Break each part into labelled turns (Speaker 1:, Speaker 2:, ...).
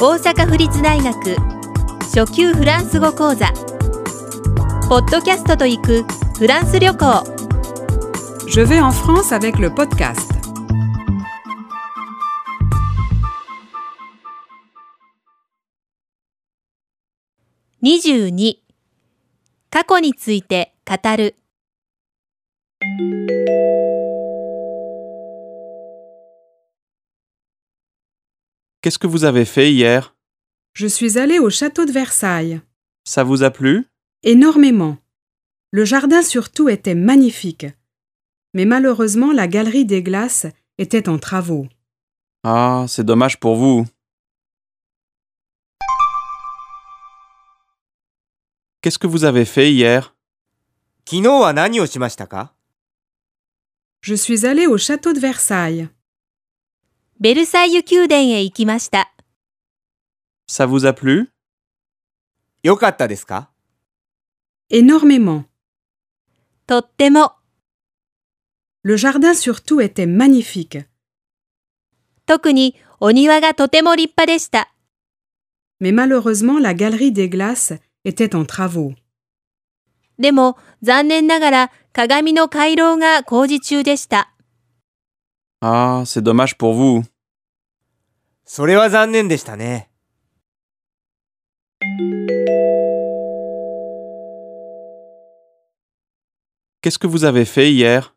Speaker 1: 大阪府立大学初級フランス語講座ポッドキャストと行くフランス旅行
Speaker 2: Je vais en France avec le podcast.
Speaker 1: 22過去について語る
Speaker 3: Qu'est-ce que vous avez fait hier
Speaker 2: Je suis allée au château de Versailles.
Speaker 3: Ça vous a plu
Speaker 2: Énormément. Le jardin surtout était magnifique. Mais malheureusement, la galerie des glaces était en travaux.
Speaker 3: Ah, c'est dommage pour vous. Qu'est-ce que vous avez fait hier
Speaker 4: 昨日は何をしましたか
Speaker 2: Je suis allée au château de Versailles.
Speaker 1: ベルサイユ宮殿へ行きました。
Speaker 3: Ça vous a plu
Speaker 4: 良かったですか
Speaker 2: Énormément.
Speaker 1: とっても
Speaker 2: Le jardin surtout était magnifique.
Speaker 1: 特にお庭がとても立派でした。
Speaker 2: Mais malheureusement, la galerie des glaces était en travaux.
Speaker 1: でも残念ながら鏡の回廊が工事中でした。
Speaker 3: Ah, c'est dommage pour vous.
Speaker 4: それは残念でしたね。
Speaker 3: Qu'est-ce que vous avez fait hier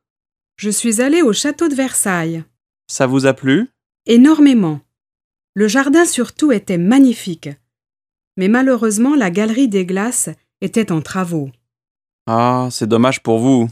Speaker 2: Je suis allée au château de Versailles.
Speaker 3: Ça vous a plu
Speaker 2: Énormément. Le jardin surtout était magnifique. Mais malheureusement, la galerie des glaces était en travaux.
Speaker 3: Ah, c'est dommage pour vous.